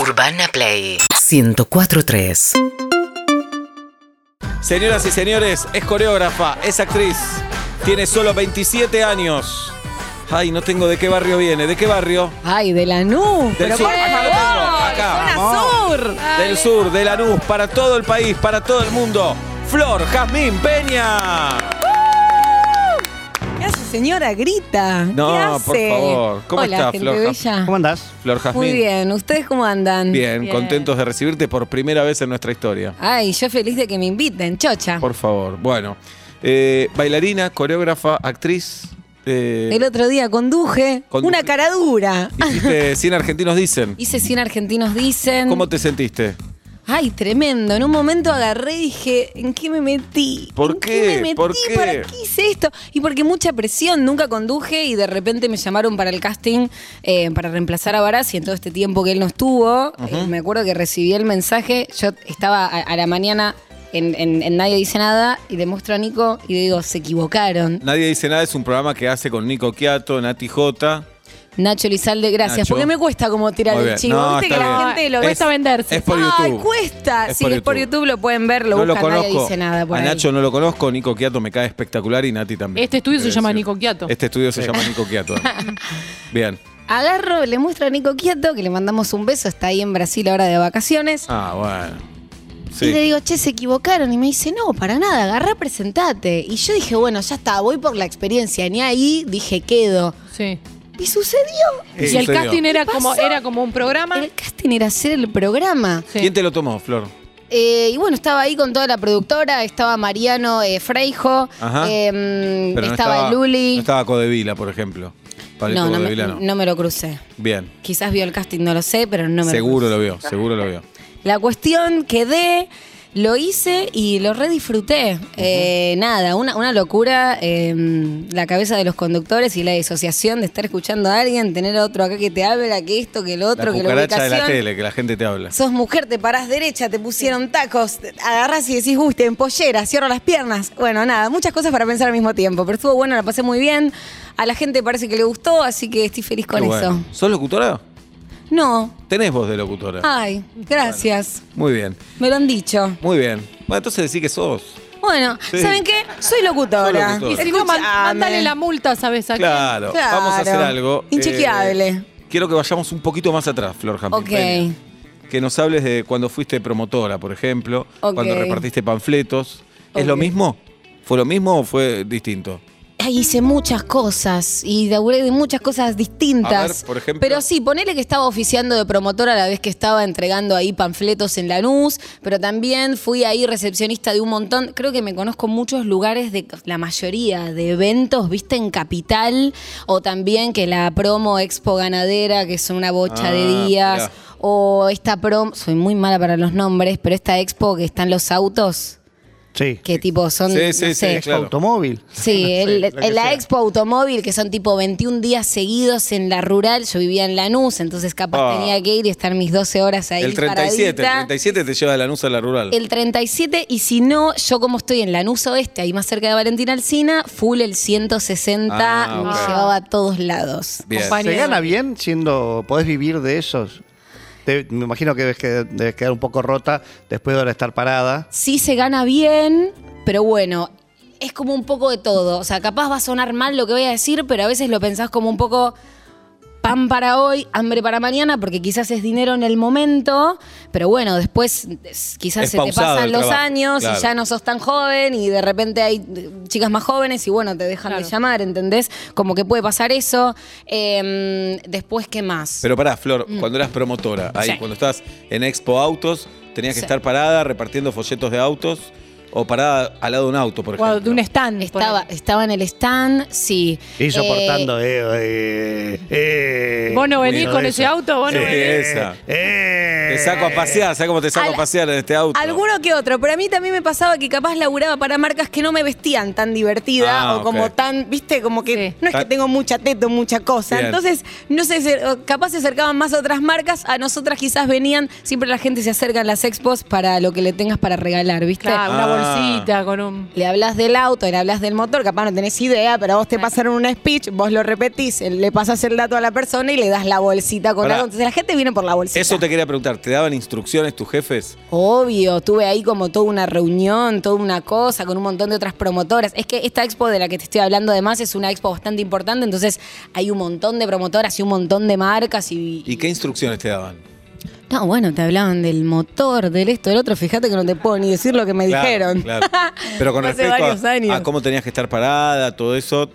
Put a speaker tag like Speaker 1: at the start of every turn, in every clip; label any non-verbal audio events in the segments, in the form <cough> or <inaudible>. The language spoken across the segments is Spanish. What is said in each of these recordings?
Speaker 1: Urbana Play 1043.
Speaker 2: Señoras y señores, es coreógrafa, es actriz, tiene solo 27 años. Ay, no tengo de qué barrio viene, ¿de qué barrio?
Speaker 3: Ay, de la NU.
Speaker 2: Del sur, acá lo tengo, acá.
Speaker 3: sur.
Speaker 2: Del sur, de Lanús, para todo el país, para todo el mundo. Flor Jazmín Peña.
Speaker 3: ¿Qué hace, señora? Grita. ¿Qué
Speaker 2: No,
Speaker 3: hace?
Speaker 2: por favor. ¿Cómo
Speaker 3: Hola,
Speaker 2: está,
Speaker 3: gente
Speaker 2: Flor?
Speaker 3: bella.
Speaker 4: ¿Cómo andás?
Speaker 2: Flor Jazmín.
Speaker 3: Muy bien. ¿Ustedes cómo andan?
Speaker 2: Bien, contentos de recibirte por primera vez en nuestra historia.
Speaker 3: Ay, yo feliz de que me inviten, chocha.
Speaker 2: Por favor. Bueno, eh, bailarina, coreógrafa, actriz. eh,
Speaker 3: El otro día conduje
Speaker 2: Condu-
Speaker 3: una cara dura. <laughs>
Speaker 2: hiciste 100 argentinos dicen.
Speaker 3: Hice 100 argentinos dicen.
Speaker 2: ¿Cómo te sentiste?
Speaker 3: Ay, tremendo. En un momento agarré y dije, ¿en qué me metí?
Speaker 2: ¿Por
Speaker 3: ¿En
Speaker 2: qué?
Speaker 3: me metí?
Speaker 2: ¿Por qué?
Speaker 3: ¿Para qué hice esto? Y porque mucha presión, nunca conduje y de repente me llamaron para el casting eh, para reemplazar a Barassi en todo este tiempo que él no estuvo. Eh, me acuerdo que recibí el mensaje, yo estaba a, a la mañana en, en- en Nadie Dice Nada y le muestro a Nico y le digo, se equivocaron.
Speaker 2: Nadie dice nada, es un programa que hace con Nico Quiato, Nati Jota.
Speaker 3: Nacho Lizalde, gracias.
Speaker 2: Nacho.
Speaker 3: Porque me cuesta como tirar
Speaker 2: Muy
Speaker 3: el
Speaker 2: bien.
Speaker 3: chivo.
Speaker 2: No,
Speaker 3: Viste que
Speaker 2: está
Speaker 3: la
Speaker 2: bien.
Speaker 3: gente lo
Speaker 2: Es-
Speaker 3: cuesta venderse.
Speaker 2: es por
Speaker 3: Ay,
Speaker 2: YouTube.
Speaker 3: cuesta.
Speaker 2: Es
Speaker 3: si
Speaker 2: por
Speaker 3: es por
Speaker 2: YouTube.
Speaker 3: YouTube lo pueden ver, lo
Speaker 2: no lo
Speaker 3: buscan,
Speaker 2: conozco.
Speaker 3: nadie dice nada por
Speaker 2: a
Speaker 3: ahí.
Speaker 2: Nacho no lo conozco, Nico Quiato me cae espectacular y Nati también.
Speaker 5: Este estudio se
Speaker 2: Quiero
Speaker 5: llama
Speaker 2: decir.
Speaker 5: Nico Quiato.
Speaker 2: Mm. Este estudio se llama Nico
Speaker 5: <laughs>
Speaker 2: Quiato. Bien.
Speaker 3: Agarro, le muestro a Nico Quieto, que le mandamos un beso, está ahí en Brasil ahora de vacaciones.
Speaker 2: Ah, bueno.
Speaker 3: Y le
Speaker 2: Sí.
Speaker 3: digo, che, se equivocaron. Y me dice, no, para nada, agarrá, presentate. Y yo dije, bueno, ya está, voy por la experiencia. Ni ahí dije, quedo.
Speaker 5: Sí.
Speaker 3: Y sucedió.
Speaker 2: Eh,
Speaker 5: y el
Speaker 2: sucedió.
Speaker 5: casting era como, era como un programa.
Speaker 3: El casting era hacer el programa.
Speaker 5: Sí.
Speaker 2: ¿Quién te lo tomó, Flor?
Speaker 3: Eh, y bueno, estaba ahí con toda la productora, estaba Mariano eh, Freijo,
Speaker 2: Ajá.
Speaker 3: eh,
Speaker 2: Pero no
Speaker 3: estaba
Speaker 2: No
Speaker 3: Luli.
Speaker 2: estaba Codevila, por ejemplo. Pablito
Speaker 3: no, no me,
Speaker 2: Codevila no.
Speaker 3: no me lo crucé.
Speaker 2: Bien.
Speaker 3: Quizás vio el casting, no lo sé, pero no me
Speaker 2: seguro
Speaker 3: lo
Speaker 2: lo vio, seguro lo vio.
Speaker 3: crucé. La cuestión quedé, lo hice y lo redisfruté. Eh, nada, una, una locura eh, la cabeza de los conductores y la disociación de estar escuchando a alguien, tener a otro acá que te habla, que esto, que lo otro,
Speaker 2: la
Speaker 3: que la
Speaker 2: cucaracha de
Speaker 3: ubicación.
Speaker 2: la tele, que la gente te habla.
Speaker 3: Sos mujer, te parás derecha, te pusieron tacos, te- agarrás y decís, uy, te empollera, cierro las piernas. Bueno, nada, muchas cosas para pensar al mismo tiempo. Pero estuvo bueno, la pasé muy bien. A la gente parece que le gustó, así que estoy feliz con
Speaker 2: Qué bueno.
Speaker 3: eso.
Speaker 2: ¿Sos locutora?
Speaker 3: No.
Speaker 2: Tenés voz de locutora.
Speaker 3: Ay, gracias.
Speaker 2: Muy bien,
Speaker 3: Me lo han dicho.
Speaker 2: muy bien. Bueno, entonces decís que sos.
Speaker 3: Bueno,
Speaker 2: Sí.
Speaker 3: ¿saben qué? Soy
Speaker 2: Soy
Speaker 3: locutora.
Speaker 2: locutora.
Speaker 3: Y
Speaker 2: Y
Speaker 5: Si no, man-
Speaker 3: mandale
Speaker 5: mandale la multa, ¿sabes? a quién?
Speaker 2: Claro,
Speaker 3: Claro.
Speaker 2: vamos a hacer algo. eh,
Speaker 3: Inchequeable.
Speaker 2: quiero que vayamos un poquito más atrás, Flor Jazmín
Speaker 3: Ok.
Speaker 2: Peña. Que nos hables de cuando fuiste promotora, por ejemplo,
Speaker 3: Ok.
Speaker 2: cuando repartiste panfletos. ¿Es lo
Speaker 3: Ok.
Speaker 2: mismo? ¿Fue lo mismo o fue distinto?
Speaker 3: Ay, hice muchas cosas y laburé de muchas cosas distintas.
Speaker 2: A ver, por ejemplo.
Speaker 3: Pero sí, ponele que estaba oficiando de promotora a la vez que estaba entregando ahí panfletos en Lanús, pero también fui ahí recepcionista de un montón. Creo que me conozco muchos lugares de la mayoría de eventos, viste, en Capital, o también que la promo Expo Ganadera, que son una bocha
Speaker 2: Ah,
Speaker 3: de días.
Speaker 2: mirá.
Speaker 3: O esta promo, soy muy mala para los nombres, pero esta expo que están los autos,
Speaker 4: Sí.
Speaker 3: que tipo son.
Speaker 2: Sí,
Speaker 3: no
Speaker 2: sí, sí,
Speaker 3: sé,
Speaker 2: Claro.
Speaker 4: Automóvil.
Speaker 2: <laughs>
Speaker 3: Sí, el-
Speaker 4: lo que
Speaker 3: en la
Speaker 4: sea.
Speaker 3: Expo Automóvil, que son tipo 21 días seguidos en la rural. Yo vivía en Lanús, entonces capaz
Speaker 2: Ah.
Speaker 3: tenía que ir y estar mis 12 horas ahí.
Speaker 2: el 37,
Speaker 3: paradita.
Speaker 2: el 37 te lleva de Lanús a la rural.
Speaker 3: El 37, y si no, yo como estoy en Lanús Oeste, ahí más cerca de Valentina Alcina, full el 160
Speaker 2: Ah,
Speaker 3: me
Speaker 2: ok.
Speaker 3: llevaba a todos lados.
Speaker 2: Bien.
Speaker 5: Compañero.
Speaker 4: ¿Se gana bien siendo, podés vivir de esos? Te- me imagino que debes, que debes quedar un poco rota después de ahora estar parada.
Speaker 3: sí se gana bien, pero bueno, es como un poco de todo. O sea, capaz va a sonar mal lo que voy a decir, pero a veces lo pensás como un poco pan para hoy, hambre para mañana, porque quizás es dinero en el momento, pero bueno, después es- quizás
Speaker 2: Es
Speaker 3: se te
Speaker 2: pausado
Speaker 3: pasan
Speaker 2: el
Speaker 3: los
Speaker 2: trabajo,
Speaker 3: años
Speaker 2: claro.
Speaker 3: y ya no sos tan joven y de repente hay eh, chicas más jóvenes y bueno, te dejan de
Speaker 5: Claro.
Speaker 3: llamar, ¿entendés? Como que puede pasar eso. Em, después, ¿qué más?
Speaker 2: Pero pará, Flor, cuando eras promotora, ahí,
Speaker 3: Mm. Sí.
Speaker 2: cuando estabas en Expo Autos, tenías que
Speaker 3: Sí.
Speaker 2: estar parada repartiendo folletos de autos o parada al lado de un auto, por ejemplo.
Speaker 5: O de un stand.
Speaker 3: estaba,
Speaker 5: ponele.
Speaker 3: estaba en el stand, sí.
Speaker 4: Y
Speaker 3: Eh,
Speaker 4: soportando. Eh, eh, eh,
Speaker 5: Vos no
Speaker 4: mucho
Speaker 5: venís
Speaker 4: de
Speaker 5: con
Speaker 4: eso.
Speaker 5: ese auto, vos no
Speaker 2: Sí,
Speaker 5: venís.
Speaker 2: esa.
Speaker 4: Eh,
Speaker 2: Te saco a pasear, ¿sabes cómo te saco
Speaker 3: Al-
Speaker 2: a pasear en este auto?
Speaker 3: Alguno que otro, pero a mí también me pasaba que capaz laburaba para marcas que no me vestían tan divertida
Speaker 2: Ah,
Speaker 3: o como
Speaker 2: ok.
Speaker 3: tan, viste, como que
Speaker 5: Sí.
Speaker 3: no es que
Speaker 2: Ta-
Speaker 3: tengo mucha teta, mucha cosa.
Speaker 2: Bien.
Speaker 3: Entonces, no sé, se- o capaz se acercaban más a otras marcas, a nosotras quizás venían, siempre la gente se acerca a las expos para lo que le tengas para regalar, ¿viste?
Speaker 5: Claro, una
Speaker 2: Ah.
Speaker 5: bolsita con un.
Speaker 3: Le hablas del auto, le hablas del motor, capaz no tenés idea, pero a vos te pasaron un speech, vos lo repetís, eh, le pasas el dato a la persona y le das la bolsita con
Speaker 2: Pará.
Speaker 3: algo. Entonces la gente viene por la bolsita.
Speaker 2: Eso te quería preguntar, ¿te daban instrucciones tus jefes?
Speaker 3: Obvio, tuve ahí como toda una reunión, toda una cosa con un montón de otras promotoras. Es que esta expo de la que te estoy hablando además es una expo bastante importante, entonces hay un montón de promotoras y un montón de marcas y...
Speaker 2: ¿Y qué instrucciones te daban?
Speaker 3: No, bueno, te hablaban del motor, del esto, del otro, fíjate que no te puedo ni decir lo que me
Speaker 2: Claro,
Speaker 3: dijeron. <laughs>
Speaker 2: claro. Pero con
Speaker 3: Fue hace
Speaker 2: respecto
Speaker 3: varios
Speaker 2: a-
Speaker 3: años.
Speaker 2: a, cómo tenías que estar parada, todo eso.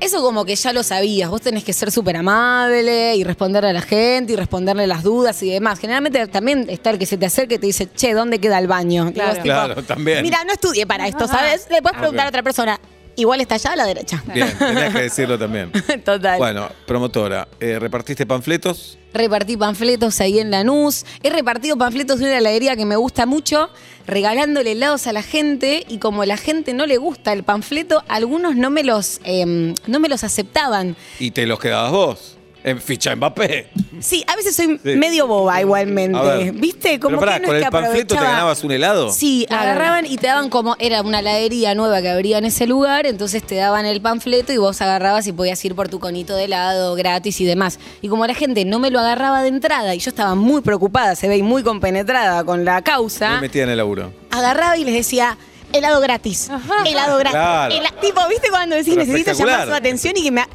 Speaker 3: Eso como que ya lo sabías, vos tenés que ser súper amable y responderle a la gente y responderle las dudas y demás. Generalmente también está el que se te acerca y te dice, che, ¿dónde queda el baño? Y
Speaker 5: Claro.
Speaker 3: vos tipo,
Speaker 2: Claro, también. Ah,
Speaker 3: Mira, no estudié para esto, ¿sabes? Le puedes preguntar a otra persona, igual está allá a la derecha.
Speaker 2: Bien, tenías que decirlo también.
Speaker 3: <laughs> Total.
Speaker 2: Bueno, promotora, eh, ¿repartiste panfletos?
Speaker 3: Repartí panfletos ahí en Lanús. He repartido panfletos de una heladería que me gusta mucho, regalándole helados a la gente. Y como la gente no le gusta el panfleto, algunos no me los, em, no me los aceptaban.
Speaker 2: Y te los quedabas vos. En ficha Mbappé.
Speaker 3: Sí, a veces soy
Speaker 2: Sí.
Speaker 3: medio boba igualmente.
Speaker 2: A ver.
Speaker 3: Eh, ¿Viste? Como
Speaker 2: Pero pará,
Speaker 3: que no
Speaker 2: ¿con
Speaker 3: es
Speaker 2: el
Speaker 3: que
Speaker 2: panfleto te
Speaker 3: aprovechaba.
Speaker 2: ganabas un helado?
Speaker 3: Sí,
Speaker 5: Claro.
Speaker 3: agarraban y te daban como, era una heladería nueva que abría en ese lugar, entonces te daban el panfleto y vos agarrabas y podías ir por tu conito de helado gratis y demás. Y como la gente no me lo agarraba de entrada y yo estaba muy preocupada, se ve y muy compenetrada con la
Speaker 2: Me
Speaker 3: causa,
Speaker 2: metía en el laburo.
Speaker 3: agarraba y les decía... Helado gratis. Helado gratis.
Speaker 2: Claro.
Speaker 3: hela-". tipo, ¿viste cuando decís
Speaker 2: Pero
Speaker 3: necesito llamar su
Speaker 2: espectacular.
Speaker 3: atención y que me. ha-".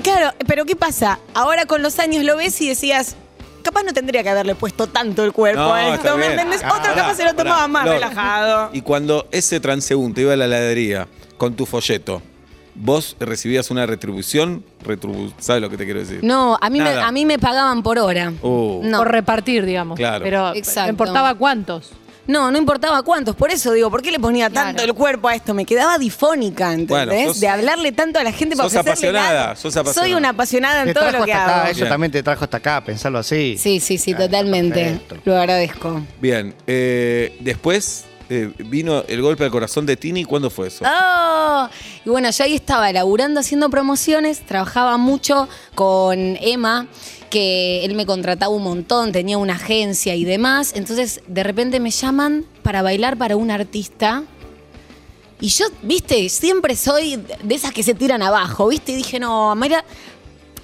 Speaker 3: Claro, pero ¿qué pasa? Ahora con los años lo ves y decías, capaz no tendría que haberle puesto tanto el cuerpo
Speaker 2: No, está
Speaker 3: a esto, ¿me
Speaker 2: bien.
Speaker 3: entendés?
Speaker 2: Ah,
Speaker 3: Otro
Speaker 2: pará,
Speaker 3: capaz se lo
Speaker 2: pará.
Speaker 3: tomaba más
Speaker 2: No.
Speaker 3: relajado.
Speaker 2: Y cuando ese transeúnte iba a la heladería con tu folleto, ¿vos recibías una retribución? Retribu- ¿Sabes lo que te quiero decir?
Speaker 3: No, a mí, me,
Speaker 2: Nada.
Speaker 3: a mí me pagaban por hora.
Speaker 2: Uh.
Speaker 3: No.
Speaker 5: Por repartir, digamos.
Speaker 2: Claro.
Speaker 5: Pero
Speaker 3: Exacto.
Speaker 5: no importaba cuántos.
Speaker 3: No, no importaba cuántos. Por eso digo, ¿por qué le ponía tanto
Speaker 5: Claro.
Speaker 3: el cuerpo a esto? Me quedaba difónica, ¿entendés?
Speaker 2: Bueno, sos-
Speaker 3: de hablarle tanto a la gente para
Speaker 2: sos
Speaker 3: ofrecerle
Speaker 2: apasionada,
Speaker 3: nada.
Speaker 2: sos apasionada.
Speaker 3: Soy una apasionada en
Speaker 4: Te
Speaker 3: todo
Speaker 4: trajo
Speaker 3: lo que
Speaker 4: hasta acá,
Speaker 3: hago.
Speaker 4: eso
Speaker 2: Bien.
Speaker 4: también te trajo hasta acá, pensarlo así.
Speaker 3: Sí, sí, sí,
Speaker 4: Claro,
Speaker 3: totalmente.
Speaker 4: perfecto.
Speaker 3: Lo agradezco.
Speaker 2: Bien, eh, después eh, vino el golpe al corazón de Tini. ¿Cuándo fue eso?
Speaker 3: ¡Oh! Y bueno, yo ahí estaba laburando haciendo promociones, trabajaba mucho con Emma, que él me contrataba un montón, tenía una agencia y demás. Entonces, de repente me llaman para bailar para un artista. Y yo, viste, siempre soy de esas que se tiran abajo, viste. Y dije, no, Mayra,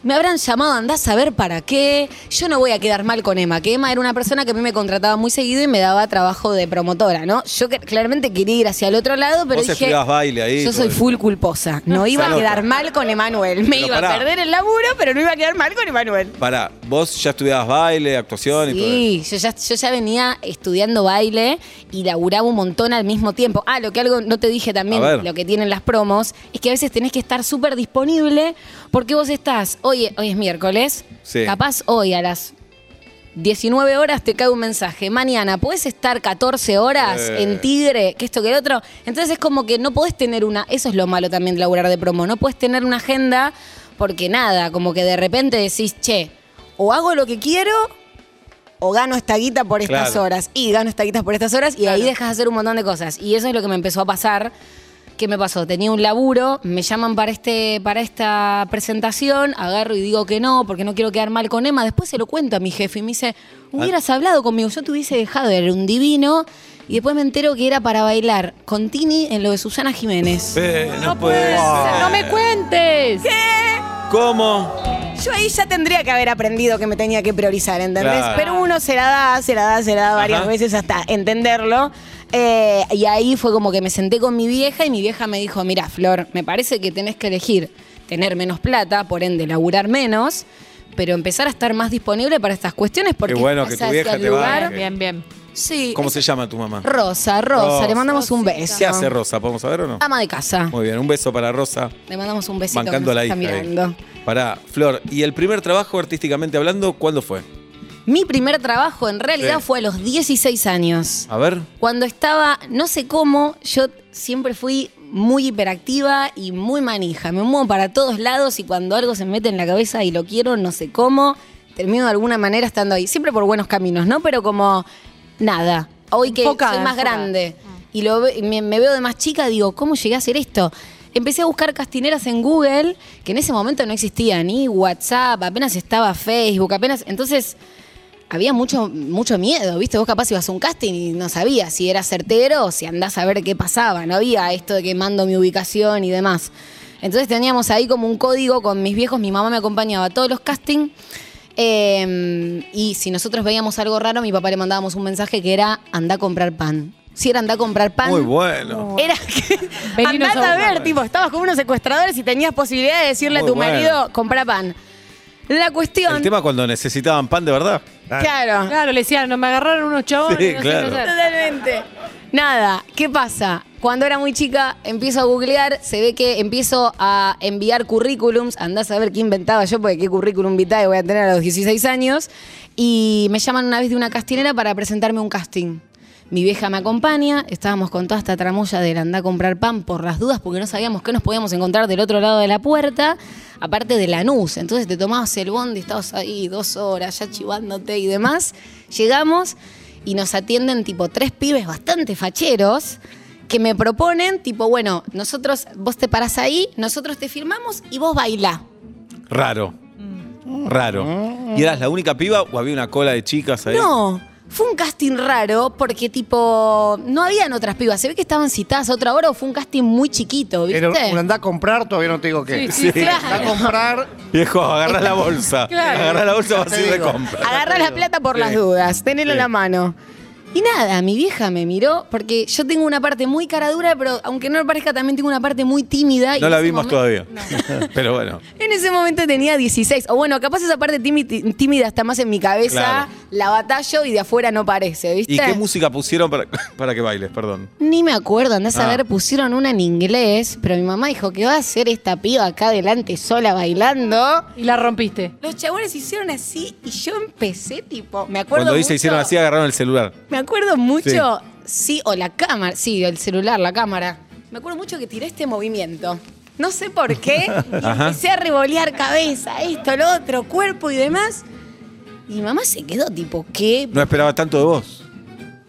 Speaker 3: me habrán llamado, andás a ver para qué. Yo no voy a quedar mal con Emma, que Emma era una persona que a mí me contrataba muy seguido y me daba trabajo de promotora, ¿no? Yo que- claramente quería ir hacia el otro lado, pero
Speaker 2: Vos
Speaker 3: dije.
Speaker 2: estudiabas baile ahí,
Speaker 3: Yo
Speaker 2: todo
Speaker 3: soy
Speaker 2: eso.
Speaker 3: full culposa. No iba a
Speaker 2: nota.
Speaker 3: quedar mal con Emanuel. Me
Speaker 2: Pero
Speaker 3: iba
Speaker 2: pará.
Speaker 3: a perder el laburo, pero no iba a quedar mal con Emanuel.
Speaker 2: Pará, vos ya estudiabas baile, actuación y todo eso.
Speaker 3: Sí, yo ya, yo ya venía estudiando baile y laburaba un montón al mismo tiempo. Ah, lo que algo no te dije
Speaker 2: A ver.
Speaker 3: también, lo que tienen las promos, es que a veces tenés que estar súper disponible porque vos estás, hoy, hoy es miércoles,
Speaker 2: Sí.
Speaker 3: capaz hoy a las 19 horas te cae un mensaje, mañana podés estar 14 horas
Speaker 2: Eh.
Speaker 3: en Tigre, que esto que el otro. Entonces es como que no podés tener una, eso es lo malo también de laburar de promo, no podés tener una agenda porque nada, como que de repente decís, che, o hago lo que quiero o gano esta guita por estas
Speaker 2: Claro.
Speaker 3: horas y gano esta guita por estas horas y ahí dejas de hacer un montón de cosas. Y eso es lo que me empezó a pasar. ¿Qué me pasó? Tenía un laburo, me llaman para, este, para esta presentación, agarro y digo que no, porque no quiero quedar mal con Emma. Después se lo cuento a mi jefe y me dice, hubieras hablado conmigo, yo te hubiese dejado, era un divino. Y después me entero que era para bailar con Tini en lo de Susana Jiménez.
Speaker 2: Eh, no, puede ser.
Speaker 5: ¡No me cuentes!
Speaker 2: ¿Cómo?
Speaker 3: Yo ahí ya tendría que haber aprendido que me tenía que priorizar, ¿entendés?
Speaker 2: Claro.
Speaker 3: Pero uno se la da, se la da, se la da varias
Speaker 2: Ajá.
Speaker 3: veces hasta entenderlo. Eh, y ahí fue como que me senté con mi vieja y mi vieja me dijo, mira, Flor, me parece que tenés que elegir tener menos plata, por ende laburar menos, pero empezar a estar más disponible para estas cuestiones porque
Speaker 2: Qué bueno que
Speaker 3: estás
Speaker 2: tu vieja
Speaker 3: hacia el
Speaker 2: te va,
Speaker 3: lugar.
Speaker 2: eh.
Speaker 5: Bien, bien.
Speaker 3: Sí.
Speaker 2: ¿Cómo
Speaker 3: es-
Speaker 2: se llama tu mamá?
Speaker 3: Rosa, Ah, Rosa,
Speaker 2: Rosa.
Speaker 3: le mandamos un
Speaker 5: Rosita.
Speaker 3: beso.
Speaker 2: ¿Qué hace Rosa? ¿Podemos saber o no?
Speaker 3: Ama de casa.
Speaker 2: Muy bien, un beso para Rosa.
Speaker 3: Le mandamos un besito. que
Speaker 2: Bancando a
Speaker 3: nos
Speaker 2: la hija.
Speaker 3: está mirando.
Speaker 2: ahí. Pará, Flor, ¿y el primer trabajo artísticamente hablando, cuándo fue?
Speaker 3: Mi primer trabajo en realidad
Speaker 2: Sí.
Speaker 3: fue a los 16 años.
Speaker 2: A ver.
Speaker 3: Cuando estaba, no sé cómo, yo siempre fui muy hiperactiva y muy manija. Me muevo para todos lados y cuando algo se me mete en la cabeza y lo quiero, no sé cómo, termino de alguna manera estando ahí. Siempre por buenos caminos, ¿no? Pero como nada. Hoy que
Speaker 5: Enfocada,
Speaker 3: soy más
Speaker 5: enfocada. Ah.
Speaker 3: grande y lo ve- y me, me veo de más chica, digo, ¿cómo llegué a hacer esto? Empecé a buscar castineras en Google, que en ese momento no existía ni WhatsApp, apenas estaba Facebook, apenas. Entonces, había mucho, mucho miedo, ¿viste? Vos capaz ibas a un casting y no sabías si era certero o si andás a ver qué pasaba. No había esto de que mando mi ubicación y demás. Entonces teníamos ahí como un código con mis viejos, mi mamá me acompañaba a todos los castings. y si nosotros veíamos algo raro, mi papá le mandábamos un mensaje que era anda a comprar pan. Si era anda a comprar pan.
Speaker 2: Muy bueno.
Speaker 3: Era que
Speaker 5: Veninos
Speaker 3: andate
Speaker 5: a
Speaker 3: a
Speaker 5: buscar.
Speaker 3: ver, tipo, estabas con unos secuestradores y tenías posibilidad de decirle
Speaker 2: Muy
Speaker 3: a tu
Speaker 2: bueno.
Speaker 3: marido, compra pan. La cuestión,
Speaker 2: El tema cuando necesitaban pan de verdad.
Speaker 3: claro,
Speaker 5: Claro, le decían, no me agarraron unos chabones.
Speaker 2: Sí,
Speaker 5: no sé
Speaker 2: claro.
Speaker 5: qué hacer.
Speaker 3: Totalmente. Nada, ¿qué pasa? Cuando era muy chica, empiezo a googlear, se ve que empiezo a enviar currículums, andás a ver qué inventaba yo, porque qué currículum vitae voy a tener a los 16 años, y me llaman una vez de una castinera para presentarme un casting. Mi vieja me acompaña, estábamos con toda esta tramoya del andar a comprar pan por las dudas, porque no sabíamos qué nos podíamos encontrar del otro lado de la puerta, aparte de la Lanús. Entonces te tomabas el bondi, estabas ahí dos horas, ya chivándote y demás. Llegamos y nos atienden tipo tres pibes bastante facheros que me proponen tipo, bueno, nosotros, vos te parás ahí, nosotros te firmamos y vos bailá.
Speaker 2: Raro.
Speaker 3: Mm.
Speaker 2: Raro. ¿Y eras la única piba o había una cola de chicas ahí?
Speaker 3: No, fue un casting raro porque tipo, no habían otras pibas, se ve que estaban citadas a otra hora o fue un casting muy chiquito, ¿viste?
Speaker 4: Era un un andá a comprar, todavía no te digo qué.
Speaker 5: Sí, sí,
Speaker 2: Sí.
Speaker 5: claro.
Speaker 4: Andá a comprar.
Speaker 2: Viejo, agarrá la
Speaker 3: <laughs>
Speaker 2: bolsa.
Speaker 5: Claro.
Speaker 2: Agarrá la bolsa, vas a ir de
Speaker 4: digo.
Speaker 2: compra.
Speaker 3: Agarra la plata por las dudas, tenelo en la mano. Y nada, mi vieja me miró porque yo tengo una parte muy cara dura, pero aunque no lo parezca, también tengo una parte muy tímida. y
Speaker 2: No
Speaker 3: en
Speaker 2: la
Speaker 3: ese
Speaker 2: vimos
Speaker 3: momen-
Speaker 2: todavía. <laughs> Pero bueno.
Speaker 3: En ese momento tenía 16. O bueno, capaz esa parte tími- tímida está más en mi cabeza,
Speaker 2: Claro.
Speaker 3: la batallo y de afuera no parece, ¿viste?
Speaker 2: ¿Y qué música pusieron para, <laughs> para que bailes? Perdón.
Speaker 3: Ni me acuerdo, andás a
Speaker 2: Ah.
Speaker 3: ver, pusieron una en inglés, pero mi mamá dijo, ¿qué va a hacer esta piba acá adelante sola bailando?
Speaker 5: Y la rompiste.
Speaker 3: Los chabones hicieron así y yo empecé tipo, me acuerdo
Speaker 2: Cuando dice hicieron
Speaker 3: mucho-
Speaker 2: así, agarraron el celular.
Speaker 3: Me acuerdo mucho, sí. o la cámara, sí, el celular, la cámara. Me acuerdo mucho que tiré este movimiento. No sé por
Speaker 2: <laughs>
Speaker 3: qué. y
Speaker 2: Ajá.
Speaker 3: empecé a revolear cabeza, esto, lo otro, cuerpo y demás. Y mi mamá se quedó tipo, ¿qué?
Speaker 2: No esperaba tanto de vos.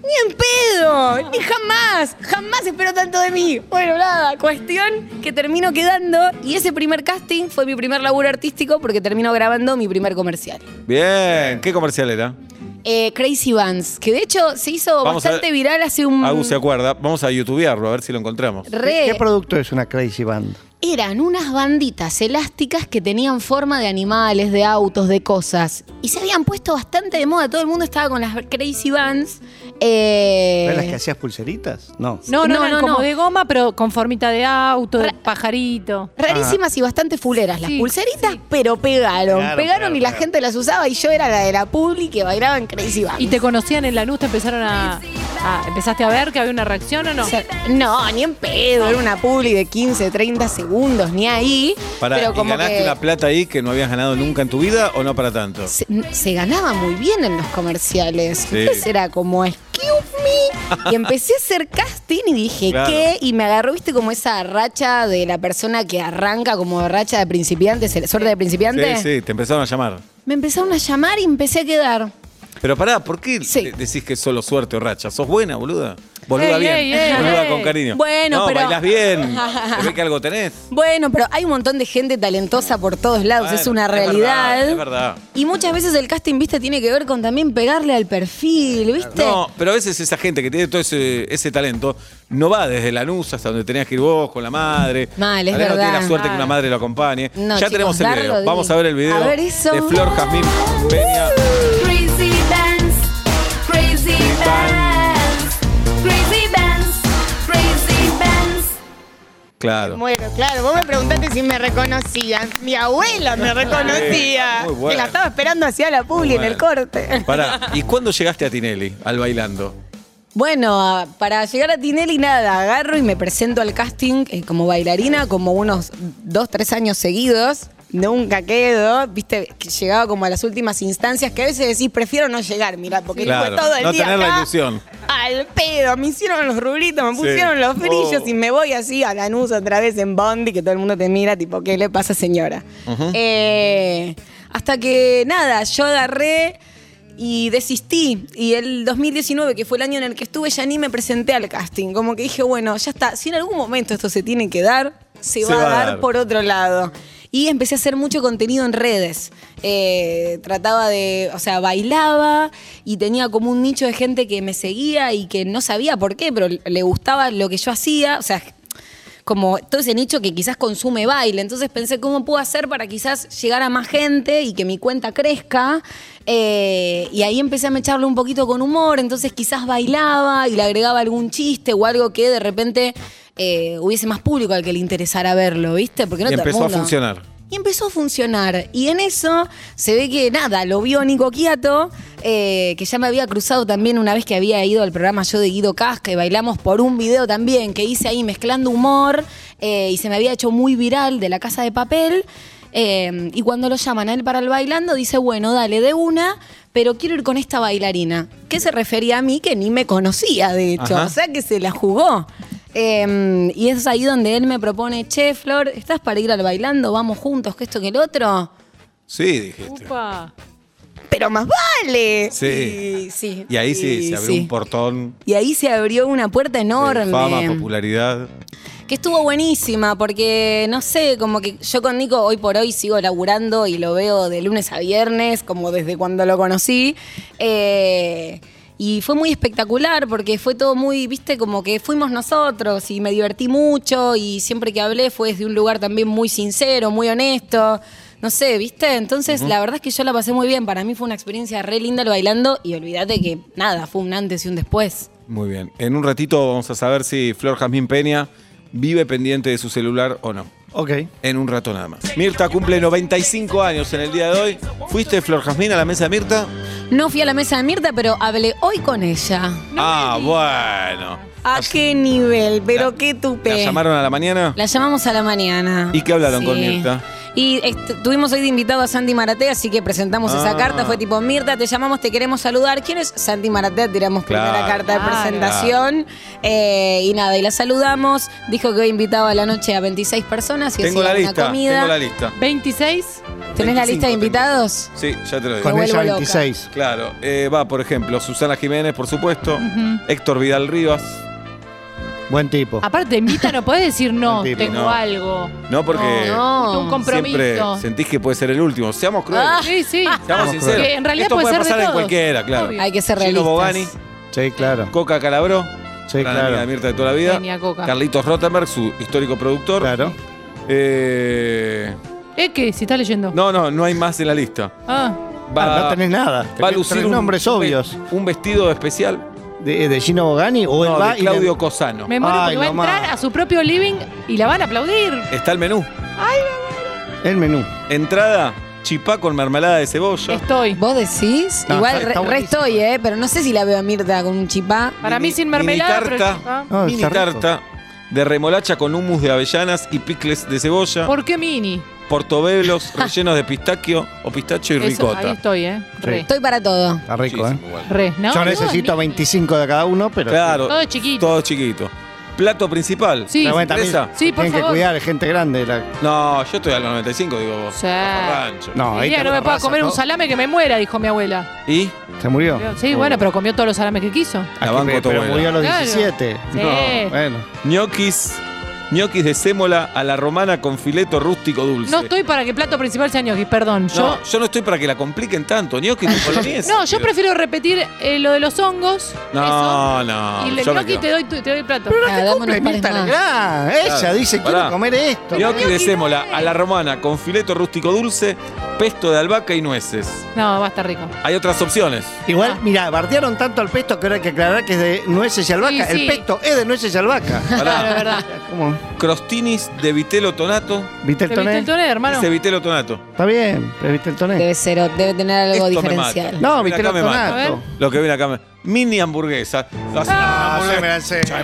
Speaker 3: ¡Ni en pedo! ¡Ni jamás! ¡Jamás espero tanto de mí! Bueno, nada, cuestión que termino quedando. Y ese primer casting fue mi primer laburo artístico porque termino grabando mi primer comercial.
Speaker 2: Bien. ¿Qué comercial era?
Speaker 3: Eh, Crazy Vans, que de hecho se hizo
Speaker 2: Vamos a
Speaker 3: bastante
Speaker 2: ver.
Speaker 3: viral hace un...
Speaker 2: Agus se acuerda. Vamos a youtubearlo, a ver si lo encontramos.
Speaker 3: Re,
Speaker 4: ¿Qué producto es una Crazy Band?
Speaker 3: eran unas banditas elásticas que tenían forma de animales, de autos, de cosas. Y se habían puesto bastante de moda. Todo el mundo estaba con las Crazy Vans. eh,
Speaker 4: ¿Eran las que hacías pulseritas? No.
Speaker 5: No, no,
Speaker 3: No,
Speaker 5: eran
Speaker 3: no,
Speaker 5: como
Speaker 3: no.
Speaker 5: de goma, pero con formita de auto, de pajarito.
Speaker 3: Rarísimas y bastante fuleras las
Speaker 5: Sí,
Speaker 3: pulseritas, pero pegaron.
Speaker 4: Pegaron,
Speaker 3: pegaron y la
Speaker 4: pegaron,
Speaker 3: gente las usaba y yo era la de la publi que bailaba en Crazy Vans.
Speaker 5: ¿Y te conocían en la luz? ¿Te empezaron a, a- ¿Empezaste a ver que había una reacción o no?
Speaker 3: O sea, no, ni en pedo. Era una publi de 15, 30 segundos, ni ahí.
Speaker 2: Pará,
Speaker 3: pero
Speaker 2: ¿y
Speaker 3: como
Speaker 2: ganaste
Speaker 3: que
Speaker 2: una plata ahí que no habías ganado nunca en tu vida o no para tanto?
Speaker 3: se, se ganaba muy bien en los comerciales.
Speaker 2: Sí.
Speaker 3: Entonces era como, excuse me. Y empecé a hacer casting y dije,
Speaker 2: Claro.
Speaker 3: ¿qué? Y me agarró, viste, como esa racha de la persona que arranca como racha de principiante, se- suerte de principiante.
Speaker 2: Sí, sí, te empezaron a llamar.
Speaker 3: Me empezaron a llamar y empecé a quedar.
Speaker 2: Pero pará, ¿por qué
Speaker 3: Sí.
Speaker 2: de- decís que es solo suerte o racha? ¿Sos buena, boluda? Boluda
Speaker 5: Ey,
Speaker 2: bien,
Speaker 5: ey, ey,
Speaker 2: boluda
Speaker 5: ey.
Speaker 2: con cariño.
Speaker 3: Bueno,
Speaker 2: no,
Speaker 3: pero-
Speaker 2: bailás bien.
Speaker 3: <laughs>
Speaker 2: Se ve que algo tenés.
Speaker 3: Bueno, pero hay un montón de gente talentosa por todos lados, es
Speaker 2: Bueno,
Speaker 3: una
Speaker 2: verdad,
Speaker 3: realidad.
Speaker 2: Es verdad.
Speaker 3: Y muchas veces el casting, viste, tiene que ver con también pegarle al perfil, ¿viste?
Speaker 2: No, pero a veces esa gente que tiene todo ese, ese talento no va desde Lanús hasta donde tenías que ir vos con la madre.
Speaker 3: Mal, es
Speaker 2: Tal vez
Speaker 3: verdad.
Speaker 2: No tiene la suerte que una
Speaker 5: Mal.
Speaker 2: madre lo acompañe.
Speaker 3: No,
Speaker 2: ya
Speaker 3: chicos,
Speaker 2: tenemos el
Speaker 3: darlo,
Speaker 2: video.
Speaker 3: Didi.
Speaker 2: Vamos a ver el video
Speaker 3: A ver eso.
Speaker 2: de Flor Jazmín Peña.
Speaker 6: Crazy dance, crazy dance, crazy dance, crazy dance.
Speaker 2: Claro.
Speaker 7: Bueno, claro, vos me preguntaste si me reconocían. Mi abuela me reconocía.
Speaker 2: Muy bueno.
Speaker 7: Que la estaba esperando hacia la publi en el
Speaker 2: Bueno.
Speaker 7: corte.
Speaker 2: Pará, ¿y cuándo llegaste a Tinelli al bailando?
Speaker 3: Bueno, a- para llegar a Tinelli, nada, agarro y me presento al casting eh, como bailarina, como unos dos, tres años seguidos. Nunca quedo, viste, que llegaba como a las últimas instancias, que a veces decís, prefiero no llegar, mira, porque
Speaker 2: Claro,
Speaker 3: fue todo el
Speaker 2: no
Speaker 3: día
Speaker 2: tener la
Speaker 3: acá,
Speaker 2: ilusión.
Speaker 7: Al pedo, me hicieron los rulitos, me
Speaker 2: Sí.
Speaker 7: pusieron los brillos
Speaker 2: Oh.
Speaker 7: y me voy así a Lanús otra vez en Bondi, que todo el mundo te mira, tipo, ¿qué le pasa, señora? Eh,
Speaker 3: Hasta que nada, yo agarré y desistí. Y el 2019, que fue el año en el que estuve, ya ni me presenté al casting. Como que dije, bueno, ya está. Si en algún momento esto se tiene que dar, se, va, a dar por otro lado. Y empecé a hacer mucho contenido en redes. Eh, trataba de, o sea, bailaba y tenía como un nicho de gente que me seguía y que no sabía por qué, pero le gustaba lo que yo hacía. O sea, como todo ese nicho que quizás consume baile. Entonces pensé, ¿cómo puedo hacer para quizás llegar a más gente y que mi cuenta crezca? Eh, y ahí empecé a mecharlo un poquito con humor, entonces quizás bailaba y le agregaba algún chiste o algo que de repente eh, hubiese más público al que le interesara verlo, ¿viste? Porque no
Speaker 2: Y
Speaker 3: todo el
Speaker 2: empezó a
Speaker 3: mundo-
Speaker 2: funcionar.
Speaker 3: y empezó a funcionar. Y en eso se ve que nada, lo vio Nico Quiato, eh, que ya me había cruzado también una vez que había ido al programa yo de Guido Casca y bailamos por un video también que hice ahí mezclando humor eh, y se me había hecho muy viral de la casa de papel. Eh, y cuando lo llaman a él para el bailando, dice, bueno, dale de una, pero quiero ir con esta bailarina. Que se refería a mí que ni me conocía, de hecho.
Speaker 2: Ajá.
Speaker 3: O sea que se la jugó. Eh, y es ahí donde él me propone, che, Flor, ¿estás para ir al bailando? Vamos juntos, que esto, que el otro.
Speaker 2: Sí, dijiste.
Speaker 5: Upa.
Speaker 3: Pero más vale.
Speaker 2: Sí.
Speaker 3: Y, sí.
Speaker 2: Y ahí sí,
Speaker 3: Y
Speaker 2: se abrió
Speaker 3: sí.
Speaker 2: un portón
Speaker 3: Y ahí se abrió una puerta enorme.
Speaker 2: de fama, popularidad.
Speaker 3: que estuvo buenísima porque no sé, como que yo con Nico hoy por hoy sigo laburando y lo veo de lunes a viernes, como desde cuando lo conocí. Eh, y fue muy espectacular porque fue todo muy, viste, como que fuimos nosotros y me divertí mucho y siempre que hablé fue desde un lugar también muy sincero, muy honesto. No sé, ¿viste? Entonces, la verdad es que yo la pasé muy bien. Para mí fue una experiencia re linda el bailando y olvídate que nada, fue un antes y un después.
Speaker 2: Muy bien. En un ratito vamos a saber si Flor Jazmín Peña vive pendiente de su celular o no.
Speaker 4: Ok.
Speaker 2: En un rato nada más. Mirta cumple 95 años en el día de hoy. ¿Fuiste Flor Jazmín a la mesa de Mirta?
Speaker 3: No fui a la mesa de Mirta, pero hablé hoy con ella.
Speaker 2: ah, bueno.
Speaker 3: ¿A qué nivel? Pero qué tupe.
Speaker 2: ¿La llamaron a la mañana?
Speaker 3: La llamamos a la mañana.
Speaker 2: ¿Y qué hablaron con Mirta?
Speaker 3: Y est- tuvimos hoy de invitado a Santi Maratea, así que presentamos
Speaker 2: Ah.
Speaker 3: esa carta. Fue tipo, Mirta, te llamamos, te queremos saludar. ¿Quién es Santi Maratea? Tiramos primera
Speaker 2: Claro.
Speaker 3: carta de
Speaker 5: Claro.
Speaker 3: presentación. Eh, y nada, y la saludamos. Dijo que hoy invitaba a la noche a 26 personas y
Speaker 2: tengo
Speaker 3: hacía
Speaker 2: la
Speaker 3: una
Speaker 2: lista.
Speaker 3: comida.
Speaker 2: Tengo la lista.
Speaker 5: 26.
Speaker 3: ¿Tenés
Speaker 2: 25
Speaker 3: la lista de
Speaker 2: tengo.
Speaker 3: invitados?
Speaker 2: Sí, ya te lo digo.
Speaker 4: Con
Speaker 3: Me
Speaker 4: ella
Speaker 3: vuelvo loca.
Speaker 4: 26.
Speaker 2: Claro, eh, va, por ejemplo, Susana Jiménez, por supuesto. Héctor Vidal Rivas.
Speaker 4: Buen tipo.
Speaker 5: Aparte, te invita, no podés decir no,
Speaker 4: Mentira.
Speaker 5: tengo
Speaker 2: No.
Speaker 5: algo.
Speaker 2: No, porque
Speaker 3: No,
Speaker 5: Un compromiso.
Speaker 2: siempre sentís que puede ser el último. Seamos crueles.
Speaker 5: Ah, sí, sí.
Speaker 2: Seamos sinceros.
Speaker 5: Que en realidad
Speaker 2: Esto
Speaker 5: puede
Speaker 2: puede
Speaker 5: ser de
Speaker 2: pasar en
Speaker 5: todos.
Speaker 2: cualquiera, claro.
Speaker 5: Obvio.
Speaker 3: Hay que ser
Speaker 2: Gino
Speaker 3: realistas.
Speaker 2: Bogani,
Speaker 4: Sí, claro.
Speaker 2: Coca Calabró,
Speaker 4: Sí,
Speaker 2: gran amiga de
Speaker 4: claro.
Speaker 2: Mirta de toda la vida.
Speaker 5: Genia Coca.
Speaker 2: Carlitos Rottenberg, su histórico productor.
Speaker 4: Claro.
Speaker 2: Eh,
Speaker 5: ¿Eh qué? Si está leyendo.
Speaker 2: no, no, no hay más en la lista.
Speaker 5: Ah,
Speaker 4: Ah, no tenés nada.
Speaker 2: Va a
Speaker 4: Tenés
Speaker 2: lucir
Speaker 4: tres
Speaker 2: un-
Speaker 4: nombres
Speaker 2: un-
Speaker 4: obvios.
Speaker 2: Un vestido especial.
Speaker 4: ¿De, de Gino Bogani o él
Speaker 2: No,
Speaker 4: va
Speaker 2: de Claudio
Speaker 4: y
Speaker 2: Cosano.
Speaker 5: me muero
Speaker 4: Ay,
Speaker 5: porque va a
Speaker 4: mamá.
Speaker 5: entrar a su propio living y la van a aplaudir.
Speaker 2: Está el menú.
Speaker 4: le- el menú?
Speaker 2: Entrada, chipá con mermelada de cebolla.
Speaker 5: Estoy.
Speaker 3: ¿Vos decís?
Speaker 4: No,
Speaker 3: Igual
Speaker 4: está-
Speaker 3: re,
Speaker 4: está
Speaker 3: re
Speaker 4: buenísimo.
Speaker 3: estoy, ¿eh? Pero no sé si la veo a Mirta con un chipá.
Speaker 5: Para mí
Speaker 2: Mini-
Speaker 5: sin mermelada.
Speaker 2: mini
Speaker 5: pero-
Speaker 2: tarta.
Speaker 5: Ah.
Speaker 4: No,
Speaker 2: mini
Speaker 4: está rico.
Speaker 2: tarta de remolacha con hummus de avellanas y picles de cebolla.
Speaker 5: ¿Por qué mini? <laughs>
Speaker 2: Portobelos rellenos de pistaquio o pistacho y
Speaker 5: Eso,
Speaker 2: ricota.
Speaker 5: ahí estoy, ¿eh? Re.
Speaker 3: Estoy para todo.
Speaker 4: Está rico, ¿eh?
Speaker 2: Muchísimo, bueno.
Speaker 5: Re, ¿no?
Speaker 4: Yo
Speaker 5: No,
Speaker 4: necesito 25 de cada uno, pero.
Speaker 2: Claro.
Speaker 5: Todo chiquito.
Speaker 2: Todo chiquito. Plato principal.
Speaker 5: Sí.
Speaker 4: Pero bueno, también
Speaker 2: ¿Esa?
Speaker 5: Sí,
Speaker 4: se
Speaker 5: por
Speaker 4: tienen que
Speaker 5: favor.
Speaker 4: cuidar, es gente grande. la-
Speaker 2: No, yo estoy a los 95, digo vos.
Speaker 5: Sí.
Speaker 2: Ojo rancho.
Speaker 4: No, ahí
Speaker 5: Diría,
Speaker 4: te
Speaker 5: no me puedo
Speaker 4: abraza
Speaker 5: comer un
Speaker 4: todo.
Speaker 5: salame que me muera, dijo mi abuela.
Speaker 2: ¿Y?
Speaker 4: Se murió.
Speaker 5: Sí, bueno, pero comió todos los salames que quiso.
Speaker 2: La
Speaker 4: Aquí,
Speaker 2: banco
Speaker 4: pero,
Speaker 2: tu
Speaker 4: pero
Speaker 2: abuela.
Speaker 4: murió a los
Speaker 5: Claro.
Speaker 4: 17.
Speaker 5: Sí.
Speaker 2: No,
Speaker 4: Bueno.
Speaker 2: ñoquis. ñoquis de sémola a la romana con fileto rústico dulce.
Speaker 5: No estoy para que el plato principal sea ñoquis, perdón.
Speaker 2: No,
Speaker 5: Yo,
Speaker 2: yo no estoy para que la compliquen tanto. Ñoquis
Speaker 5: <laughs>
Speaker 2: de polonesa.
Speaker 5: no, yo prefiero repetir eh, lo de los hongos.
Speaker 2: No,
Speaker 5: eso,
Speaker 2: no.
Speaker 5: y el
Speaker 2: yo me
Speaker 5: ñoqui
Speaker 2: quedo.
Speaker 5: te doy, tu- te doy el plato.
Speaker 3: Ah, dame unos pares
Speaker 4: Mirta
Speaker 3: más.
Speaker 4: Legrand, Ella
Speaker 2: Claro.
Speaker 4: dice:
Speaker 2: Pará.
Speaker 4: Quiero comer esto.
Speaker 2: Gnocchi de sémola a la romana con fileto rústico dulce, pesto de albahaca y nueces.
Speaker 5: No, va a estar rico.
Speaker 2: Hay otras opciones.
Speaker 4: Igual,
Speaker 5: Ah.
Speaker 4: mira, bardearon tanto al pesto que ahora hay que aclarar que es de nueces y albahaca.
Speaker 5: Sí, sí.
Speaker 4: El pesto es de nueces y albahaca.
Speaker 5: Claro, es
Speaker 2: Pará.
Speaker 5: verdad.
Speaker 4: ¿Cómo?
Speaker 2: Crostinis de vitelo tonato.
Speaker 4: ¿Viste
Speaker 5: ¿Te viste el toné, hermano?
Speaker 2: Dice vitelo tonato.
Speaker 4: Está bien, pero ¿viste el toné?
Speaker 3: Debe ser, o- debe tener algo
Speaker 2: Esto me
Speaker 3: diferencial.
Speaker 2: mata.
Speaker 4: No,
Speaker 2: Acá
Speaker 4: ¿viste el
Speaker 2: me mata.
Speaker 5: A
Speaker 4: tonato?
Speaker 5: ver.
Speaker 2: Lo que viene acá. me- Mini hamburguesa. Lo hacen una
Speaker 4: Ah,
Speaker 2: hamburguesa.
Speaker 4: se me la sé.
Speaker 2: Ya,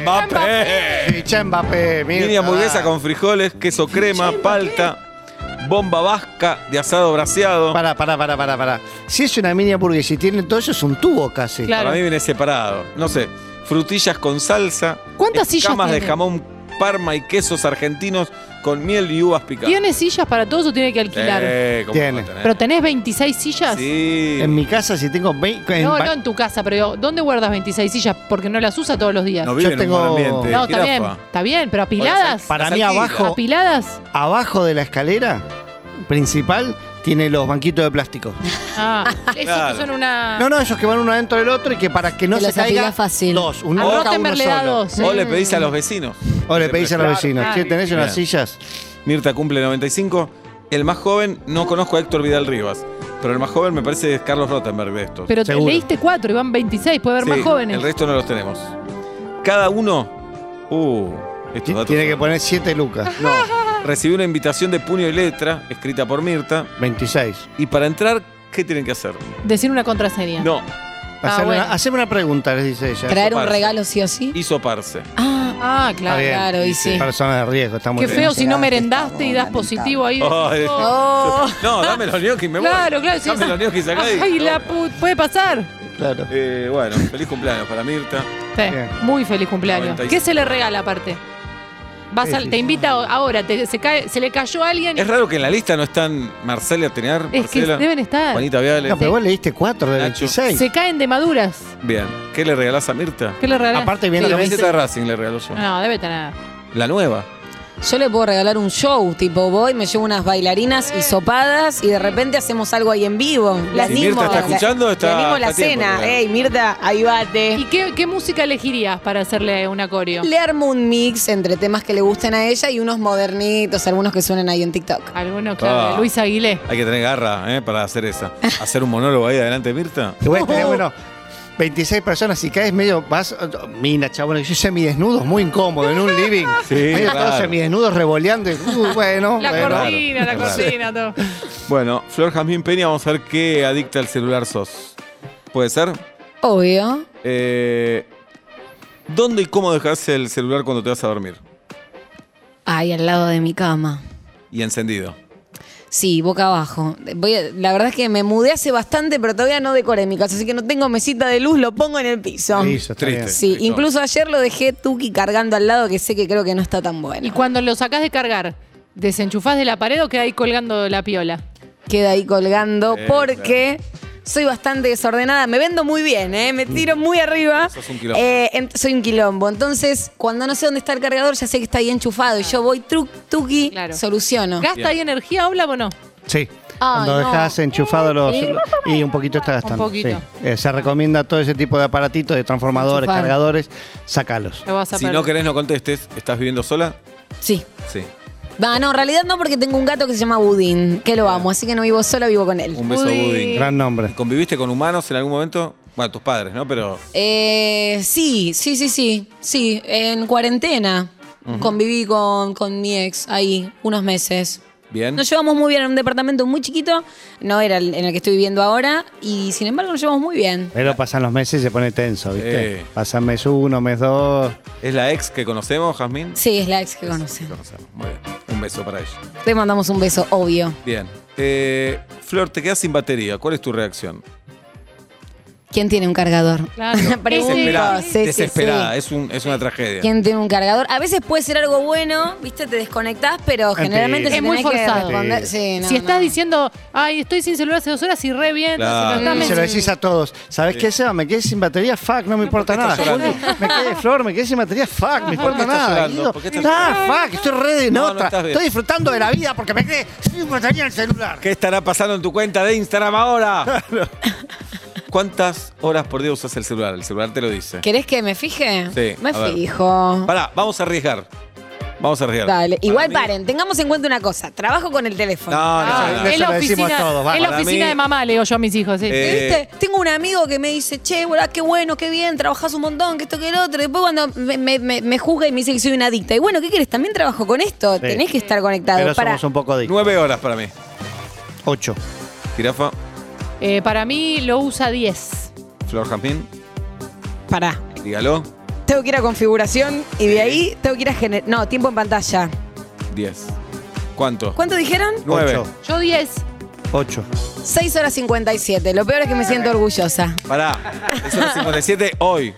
Speaker 2: Mbappé.
Speaker 4: Y ya Mbappé, mira.
Speaker 5: Ah.
Speaker 2: Mini hamburguesa con frijoles, queso crema, palta, bomba vasca de asado braseado.
Speaker 4: Pará, pará, pará, pará, pará. Si es una mini hamburguesa y tiene todo eso, es un tubo casi.
Speaker 5: Claro.
Speaker 2: Para mí viene separado. No sé. Frutillas con salsa.
Speaker 5: ¿Cuántas sillas
Speaker 2: Camas de
Speaker 5: tiene?
Speaker 2: jamón parma y quesos argentinos con miel y uvas picadas.
Speaker 5: ¿Tiene sillas para todos o tiene que alquilar?
Speaker 2: Eh, ¿cómo
Speaker 4: Tiene.
Speaker 2: no tenés?
Speaker 5: ¿Pero tenés 26 sillas?
Speaker 2: Sí.
Speaker 4: En mi casa, si tengo. vei- en
Speaker 5: No,
Speaker 4: ba-
Speaker 5: no en tu casa, pero digo, ¿dónde guardas 26 sillas? Porque no las usa todos los días.
Speaker 2: No
Speaker 5: No,
Speaker 2: vive
Speaker 4: Yo
Speaker 2: en un
Speaker 4: tengo-
Speaker 2: buen ambiente.
Speaker 4: No,
Speaker 5: está bien,
Speaker 2: jirafa.
Speaker 5: está bien, pero
Speaker 2: Hola,
Speaker 5: apiladas.
Speaker 2: Sa-
Speaker 4: Para mí
Speaker 2: Saquila.
Speaker 4: abajo-
Speaker 5: ¿Apiladas?
Speaker 4: Abajo de la escalera principal tiene los banquitos de plástico.
Speaker 5: Ah,
Speaker 2: <laughs>
Speaker 5: esos
Speaker 2: Claro.
Speaker 5: que son una.
Speaker 4: No, no, esos que van uno adentro del otro y que para que no
Speaker 3: Que
Speaker 4: se
Speaker 3: los apilás
Speaker 4: caiga.
Speaker 3: fácil.
Speaker 4: Dos,
Speaker 5: A
Speaker 4: uno boca, uno
Speaker 5: Rottenberg le da
Speaker 4: solo.
Speaker 5: dos. eh.
Speaker 2: O le pedís a los vecinos.
Speaker 4: O le pedís a los
Speaker 5: Claro,
Speaker 4: vecinos,
Speaker 5: claro.
Speaker 4: che, ¿tenés unas
Speaker 2: Bien.
Speaker 4: sillas?
Speaker 2: Mirta cumple 95. El más joven, no conozco a Héctor Vidal Rivas, pero el más joven me parece que es Carlos Rottenberg de estos.
Speaker 5: Pero te
Speaker 4: Seguro.
Speaker 5: leíste cuatro y van 26, puede
Speaker 2: Sí,
Speaker 5: haber más jóvenes.
Speaker 2: El resto no los tenemos. Cada uno. Uh, estos
Speaker 4: Ti-
Speaker 2: datos
Speaker 4: Tiene que
Speaker 2: son-
Speaker 4: poner
Speaker 5: <laughs>
Speaker 4: 7 lucas. No,
Speaker 2: Recibí una invitación de puño y letra, escrita por Mirta.
Speaker 4: 26.
Speaker 2: Y para entrar, ¿qué tienen que hacer?
Speaker 5: Decir una contraseña.
Speaker 2: No,
Speaker 4: Hacerme,
Speaker 5: bueno.
Speaker 4: una, hacerme una pregunta, les dice ella.
Speaker 3: Traer un
Speaker 2: soparse.
Speaker 3: regalo sí o sí.
Speaker 2: hisoparse.
Speaker 3: Ah,
Speaker 5: Ah,
Speaker 4: Está
Speaker 5: claro.
Speaker 4: bien.
Speaker 3: claro, y sí.
Speaker 4: Personas de riesgo, está muy
Speaker 5: Qué
Speaker 4: bien.
Speaker 5: feo si no merendaste y das positivo ahí.
Speaker 2: Ay.
Speaker 5: Oh,
Speaker 2: No,
Speaker 5: <laughs>
Speaker 2: dame los ñoquis, me voy.
Speaker 5: Claro, claro. sí.
Speaker 2: Dame los ñoquis acá y-
Speaker 5: Ay, la put. ¿Puede pasar?
Speaker 4: Claro.
Speaker 2: Eh, bueno, feliz cumpleaños para Mirta.
Speaker 5: Sí,
Speaker 4: Bien.
Speaker 5: Muy feliz cumpleaños.
Speaker 2: 96.
Speaker 5: ¿Qué se le regala aparte? Vas
Speaker 4: Sí,
Speaker 5: al-
Speaker 4: sí.
Speaker 5: te invita ahora, te- se, cae, se le cayó a alguien.
Speaker 2: Es raro que en la lista no están Marcela Tenar,
Speaker 5: Es que
Speaker 2: Marcela,
Speaker 5: deben estar.
Speaker 2: Juanita Viale.
Speaker 4: No, pero vos leíste 4 de
Speaker 2: Nacho.
Speaker 4: 26.
Speaker 5: Se caen de maduras.
Speaker 2: Bien, ¿qué le regalás a Mirta?
Speaker 5: ¿Qué le regalás?
Speaker 4: Aparte viene
Speaker 2: La
Speaker 4: la
Speaker 2: camiseta de Racing le regaló
Speaker 7: Ah.
Speaker 2: yo.
Speaker 5: No, debe tener.
Speaker 2: La nueva.
Speaker 3: Yo le puedo regalar un show, tipo voy, me llevo unas bailarinas y sopadas y de repente hacemos algo ahí en vivo.
Speaker 7: Las
Speaker 2: Si Mirta está escuchando, está.
Speaker 7: Le animo
Speaker 2: está
Speaker 7: la
Speaker 2: a tiempo,
Speaker 7: cena.
Speaker 2: claro.
Speaker 7: Ey, Mirta, ahí
Speaker 5: ¿Y
Speaker 7: bate.
Speaker 5: qué, qué música elegirías para hacerle un acorio?
Speaker 3: Le armo un mix entre temas que le gusten a ella y unos modernitos, algunos que suenen ahí en TikTok.
Speaker 5: Algunos, claro,
Speaker 2: Ah.
Speaker 5: de Luis Aguilé.
Speaker 2: Hay que tener garra eh, para hacer
Speaker 7: <laughs>
Speaker 2: esa. Hacer un monólogo ahí adelante, de Mirta.
Speaker 4: Igual estaría bueno. 26 personas, si caes medio, vas, mina, chabón, yo semidesnudo, muy incómodo, en un living.
Speaker 2: Sí,
Speaker 4: medio todos
Speaker 2: claro.
Speaker 4: semidesnudos revoleando. y, uh, bueno,
Speaker 5: La
Speaker 4: bueno.
Speaker 2: cordillera.
Speaker 5: cortina, la
Speaker 2: Claro.
Speaker 5: cortina, todo. <laughs>
Speaker 2: Bueno, Flor Jazmín Peña, vamos a ver qué adicta al celular sos. ¿Puede ser?
Speaker 3: Obvio.
Speaker 2: Eh, ¿Dónde y cómo dejas el celular cuando te vas a dormir?
Speaker 3: Ahí al lado de mi cama.
Speaker 2: Y encendido.
Speaker 3: Sí, boca abajo. Voy a- la verdad es que me mudé hace bastante, pero todavía no decoré mi casa, así que no tengo mesita de luz, lo pongo en el piso.
Speaker 4: Sí, eso está
Speaker 2: Triste.
Speaker 4: bien.
Speaker 3: Sí, incluso ayer lo dejé Tuki cargando al lado, que sé que creo que no está tan
Speaker 5: Y
Speaker 3: bueno.
Speaker 5: cuando lo sacás de cargar, ¿desenchufás de la pared o queda ahí colgando la piola?
Speaker 3: Queda ahí colgando porque soy bastante desordenada. Me vendo muy bien, ¿eh? me tiro muy arriba.
Speaker 2: Sos un quilombo.
Speaker 3: Eh, ent- soy un quilombo. Entonces, cuando no sé dónde está el cargador, ya sé que está ahí enchufado. Y yo voy tru- Tuki,
Speaker 5: Claro.
Speaker 3: soluciono.
Speaker 5: ¿Gasta ahí energía, habla o no?
Speaker 3: Ay,
Speaker 4: Sí. Cuando
Speaker 3: no.
Speaker 4: dejas enchufado los. Y un poquito está gastando.
Speaker 5: Un poquito.
Speaker 4: sí. Eh, se recomienda todo ese tipo de aparatitos, de transformadores,
Speaker 3: Enchufar.
Speaker 4: cargadores, sacalos.
Speaker 5: Lo vas a
Speaker 2: Si
Speaker 5: perder.
Speaker 2: no querés, no contestes. ¿Estás viviendo sola?
Speaker 3: Sí.
Speaker 2: Sí.
Speaker 3: Va, no, en realidad no, porque tengo un gato que se llama Budín, que lo amo, así que no vivo sola, vivo con él.
Speaker 2: Un beso,
Speaker 5: Uy.
Speaker 2: Budín.
Speaker 4: Gran nombre.
Speaker 2: ¿Conviviste con humanos en algún momento? Bueno, tus padres, ¿no? Pero.
Speaker 3: Eh, sí, sí, sí, sí, sí, en cuarentena conviví con, con mi ex ahí unos meses.
Speaker 2: Bien.
Speaker 3: Nos llevamos muy bien en un departamento muy chiquito, no era el en el que estoy viviendo ahora, y sin embargo nos llevamos muy bien.
Speaker 4: Pero pasan los meses y se pone tenso, ¿viste?
Speaker 2: Sí.
Speaker 4: Pasan mes uno, mes dos.
Speaker 2: ¿Es la ex que conocemos, Jazmín?
Speaker 3: Sí, es la ex que conoce.
Speaker 2: Conocemos. Muy bien. Un beso para ella.
Speaker 3: Te mandamos un beso, obvio.
Speaker 2: Bien. Eh, Flor, te quedas sin batería. ¿Cuál es tu reacción?
Speaker 3: ¿Quién tiene un cargador?
Speaker 5: Claro.
Speaker 3: Pregunto,
Speaker 2: Desesperada.
Speaker 3: sí, sí, sí.
Speaker 2: Desesperada. Es, un- es una tragedia.
Speaker 3: ¿Quién tiene un cargador? A veces puede ser algo bueno, viste, te desconectás, pero generalmente
Speaker 4: Mentira.
Speaker 3: se
Speaker 5: Es muy
Speaker 3: tenés que
Speaker 5: forzado.
Speaker 3: responder- sí, no,
Speaker 5: si estás
Speaker 3: no.
Speaker 5: diciendo, ay, estoy sin celular hace dos horas y re bien,
Speaker 2: Claro. Mm,
Speaker 5: entonces no
Speaker 4: Y
Speaker 5: estás
Speaker 4: se lo
Speaker 5: men-
Speaker 4: decís a todos. ¿Sabes qué, Seba? Me quedé sin batería, fuck, no me importa nada.
Speaker 2: estás llorando?
Speaker 4: Me quedé, Flor, me quedé sin batería, fuck, me importa
Speaker 2: estás
Speaker 4: nada.
Speaker 2: llorando?
Speaker 4: Guido,
Speaker 2: ¿Por qué estás
Speaker 4: Ah, fuck, estoy re de
Speaker 2: No, no
Speaker 4: nota.
Speaker 2: estás bien.
Speaker 4: estoy disfrutando de la vida porque me quedé sin batería en el celular.
Speaker 2: ¿Qué estará pasando en tu cuenta de Instagram ahora? ¿Cuántas horas por día usas el celular? El celular te lo dice.
Speaker 3: ¿Querés que me fije?
Speaker 2: Sí,
Speaker 3: Me
Speaker 2: a ver.
Speaker 3: fijo.
Speaker 2: Pará, vamos a arriesgar. Vamos a arriesgar.
Speaker 3: Dale.
Speaker 2: Para
Speaker 3: Igual
Speaker 2: mí-
Speaker 3: paren, tengamos en cuenta una cosa. Trabajo con el teléfono.
Speaker 2: No, no,
Speaker 5: Ah,
Speaker 2: no, no.
Speaker 4: eso
Speaker 5: es la
Speaker 4: lo decimos
Speaker 5: oficina,
Speaker 4: todos, va.
Speaker 5: es la
Speaker 2: Para
Speaker 5: oficina
Speaker 2: mí-
Speaker 5: de mamá, le digo yo a mis hijos. sí.
Speaker 2: Eh,
Speaker 3: ¿Viste? Tengo un amigo que me dice, che, boludo, qué bueno, qué bien, trabajás un montón, que esto, que el otro. Después cuando me, me- me- me juzga y me dice que soy una adicta. Y bueno, ¿qué quieres? También trabajo con esto. Tenés que estar conectado.
Speaker 4: Pero
Speaker 3: Pará.
Speaker 4: somos un poco de
Speaker 2: Nueve horas para mí.
Speaker 4: ocho.
Speaker 2: Jirafa,
Speaker 5: Eh, para mí lo usa 10.
Speaker 2: Flor Jazmín,
Speaker 3: Pará.
Speaker 2: dígalo.
Speaker 3: Tengo que ir a configuración y de ahí tengo que ir a generar. No, tiempo en pantalla.
Speaker 2: Diez. ¿Cuánto?
Speaker 3: ¿Cuánto dijeron?
Speaker 2: Nueve.
Speaker 4: Ocho.
Speaker 5: Yo 10.
Speaker 4: Ocho.
Speaker 3: 6 horas 57. Lo peor es que me siento orgullosa.
Speaker 2: Pará. Es hora 57 hoy.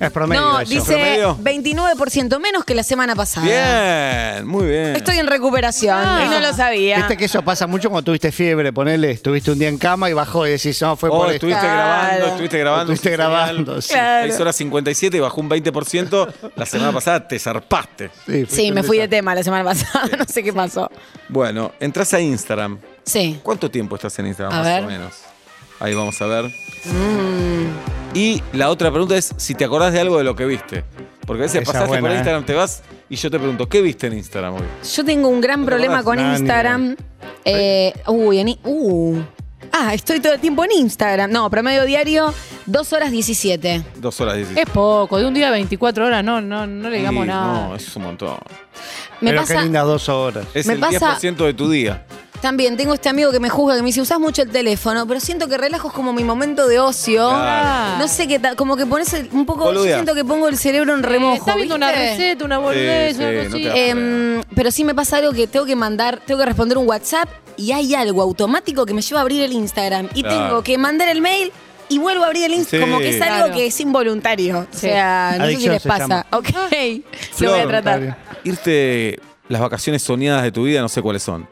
Speaker 4: Es promedio
Speaker 3: No,
Speaker 4: eso.
Speaker 3: dice
Speaker 2: ¿Promedio?
Speaker 3: 29% menos que la semana pasada.
Speaker 2: Bien, muy bien.
Speaker 3: Estoy en recuperación y no lo sabía.
Speaker 4: Viste que eso pasa mucho cuando tuviste fiebre, ponele, estuviste un día en cama y bajó y decís, no, fue
Speaker 2: Oh,
Speaker 4: por esto.
Speaker 2: estuviste
Speaker 3: Claro.
Speaker 2: grabando, estuviste grabando.
Speaker 4: Estuviste
Speaker 2: sin señal.
Speaker 4: grabando, sí.
Speaker 3: Claro.
Speaker 2: Seis horas 57 y bajó un 20%. La semana pasada te zarpaste.
Speaker 4: Sí,
Speaker 3: Sí, me fui de tema la semana pasada, <laughs> no sé qué pasó.
Speaker 2: Bueno, entras a Instagram.
Speaker 3: Sí.
Speaker 2: ¿Cuánto tiempo estás en Instagram,
Speaker 3: A
Speaker 2: más
Speaker 3: ver.
Speaker 2: o menos? Ahí vamos a ver.
Speaker 3: Mm.
Speaker 2: Y la otra pregunta es si te acordás de algo de lo que viste. Porque a veces
Speaker 4: Esa es
Speaker 2: pasaste por
Speaker 4: buena, ¿eh?
Speaker 2: Instagram, te vas y yo te pregunto, ¿qué viste en Instagram hoy?
Speaker 3: Yo tengo un gran
Speaker 2: ¿No te
Speaker 3: problema
Speaker 2: acordás?
Speaker 3: con
Speaker 4: Nah, ni
Speaker 3: Instagram. Eh, uy, en i- uh. Ah, estoy todo el tiempo en Instagram. No, promedio diario, 2 horas 17.
Speaker 2: Dos horas 17.
Speaker 5: Es poco, de un día a 24 horas, no, no, no le digamos
Speaker 2: Sí,
Speaker 5: nada.
Speaker 2: No, es un montón.
Speaker 3: Me
Speaker 4: Pero qué
Speaker 3: pasa.
Speaker 4: lindas dos horas.
Speaker 2: Es
Speaker 3: Me
Speaker 2: el
Speaker 3: pasa-
Speaker 2: 10% de tu día.
Speaker 3: También tengo este amigo que me juzga, que me dice, usás mucho el teléfono, pero siento que relajo es como mi momento de ocio.
Speaker 5: Ah.
Speaker 2: Claro.
Speaker 3: No sé qué tal, como que pones el- un poco, yo
Speaker 2: Boludea.
Speaker 3: siento que pongo el cerebro en
Speaker 5: Eh,
Speaker 3: remojo.
Speaker 5: está viendo una
Speaker 3: ¿viste?
Speaker 5: receta, una boludez,
Speaker 2: Sí, sí,
Speaker 5: algo
Speaker 2: no
Speaker 5: así.
Speaker 2: te da-
Speaker 5: Eh,
Speaker 3: Em, pero sí me pasa algo que tengo que mandar, tengo que responder un WhatsApp y hay algo automático que me lleva a abrir el Instagram. Y
Speaker 2: Claro.
Speaker 3: tengo que mandar el mail y vuelvo a abrir el Instagram.
Speaker 2: Sí.
Speaker 3: Como que es algo
Speaker 5: Claro.
Speaker 3: que es involuntario. O
Speaker 5: Sí.
Speaker 3: sea, no sé si
Speaker 4: Adicción
Speaker 3: les
Speaker 4: se
Speaker 3: pasa.
Speaker 4: llama.
Speaker 3: Ok,
Speaker 5: Ah.
Speaker 3: <laughs> lo voy a tratar.
Speaker 4: Voluntario.
Speaker 2: Irte las vacaciones soñadas de tu vida, no sé cuáles son.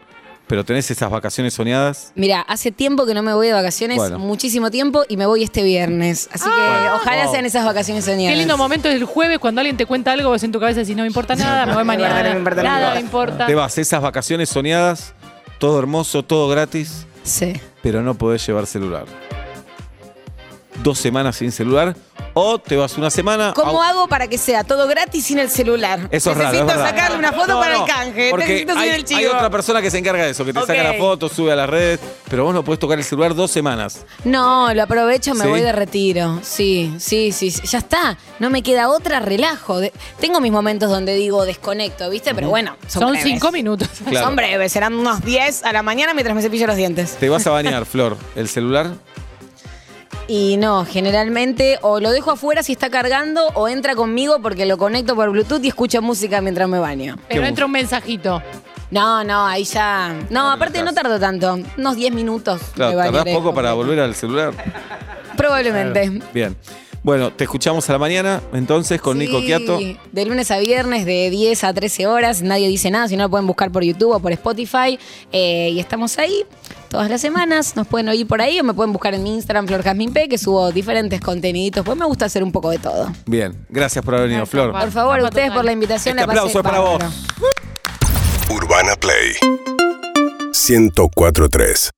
Speaker 2: Pero tenés esas vacaciones soñadas.
Speaker 3: Mira, hace tiempo que no me voy de vacaciones,
Speaker 2: Bueno.
Speaker 3: muchísimo tiempo, y me voy este viernes. Así que
Speaker 2: Bueno.
Speaker 3: ojalá
Speaker 2: Wow.
Speaker 3: sean esas vacaciones soñadas.
Speaker 5: Qué lindo momento es el jueves cuando alguien te cuenta algo, vos en tu cabeza decís, no me importa nada, me voy mañana.
Speaker 7: no me importa
Speaker 5: nada
Speaker 7: nada.
Speaker 5: me importa.
Speaker 2: Te vas, esas vacaciones soñadas, todo hermoso, todo gratis,
Speaker 3: Sí.
Speaker 2: pero no podés llevar celular. Dos semanas sin celular o te vas una semana.
Speaker 3: ¿Cómo
Speaker 2: a-
Speaker 3: hago para que sea todo gratis sin el celular?
Speaker 2: Ah. Eso es raro.
Speaker 7: Necesito
Speaker 2: es verdad.
Speaker 7: sacarle una foto para el canje,
Speaker 2: porque
Speaker 7: necesito subir
Speaker 2: hay,
Speaker 7: el chivo.
Speaker 2: hay otra persona que se encarga de eso, que te
Speaker 7: Ok.
Speaker 2: saca la foto, sube a las redes, pero vos no podés tocar el celular dos semanas.
Speaker 3: No, lo aprovecho, me
Speaker 2: ¿Sí?
Speaker 3: voy de retiro. Sí, sí, sí, sí. Ya está. No me queda otra, relajo. De- tengo mis momentos donde digo desconecto, ¿viste? Pero bueno, son,
Speaker 5: Son
Speaker 3: breves.
Speaker 5: cinco minutos.
Speaker 2: Claro.
Speaker 7: Son breves, serán unos 10 a la mañana mientras me cepillo los dientes.
Speaker 2: Te vas a bañar, Flor. El celular
Speaker 3: Y no, generalmente o lo dejo afuera si está cargando o entra conmigo porque lo conecto por Bluetooth y escucho música mientras me baño.
Speaker 5: Pero
Speaker 2: Qué
Speaker 5: entra un mensajito.
Speaker 3: No, no, ahí ya. No, aparte no tardo tanto. Unos 10 minutos.
Speaker 2: Claro,
Speaker 3: me
Speaker 2: tardás
Speaker 3: bañaré.
Speaker 2: poco para volver al celular.
Speaker 3: Probablemente.
Speaker 2: Bien. Bueno, te escuchamos a la mañana entonces con Nico
Speaker 3: Sí,
Speaker 2: Quiato.
Speaker 3: De lunes a viernes, de 10 a 13 horas. Nadie dice nada, si no lo pueden buscar por YouTube o por Spotify. Eh, y estamos ahí todas las semanas. Nos pueden oír por ahí o me pueden buscar en mi Instagram, Flor Jazmín P, que subo diferentes conteniditos. Pues me gusta hacer un poco de todo.
Speaker 2: Bien, gracias por haber venido, Flor.
Speaker 3: Por favor, a
Speaker 5: Zapato
Speaker 3: ustedes
Speaker 5: total.
Speaker 3: por la invitación.
Speaker 2: Este
Speaker 3: la pasé
Speaker 2: aplauso es para vos.
Speaker 3: bárbaro.
Speaker 8: Urbana Play 1043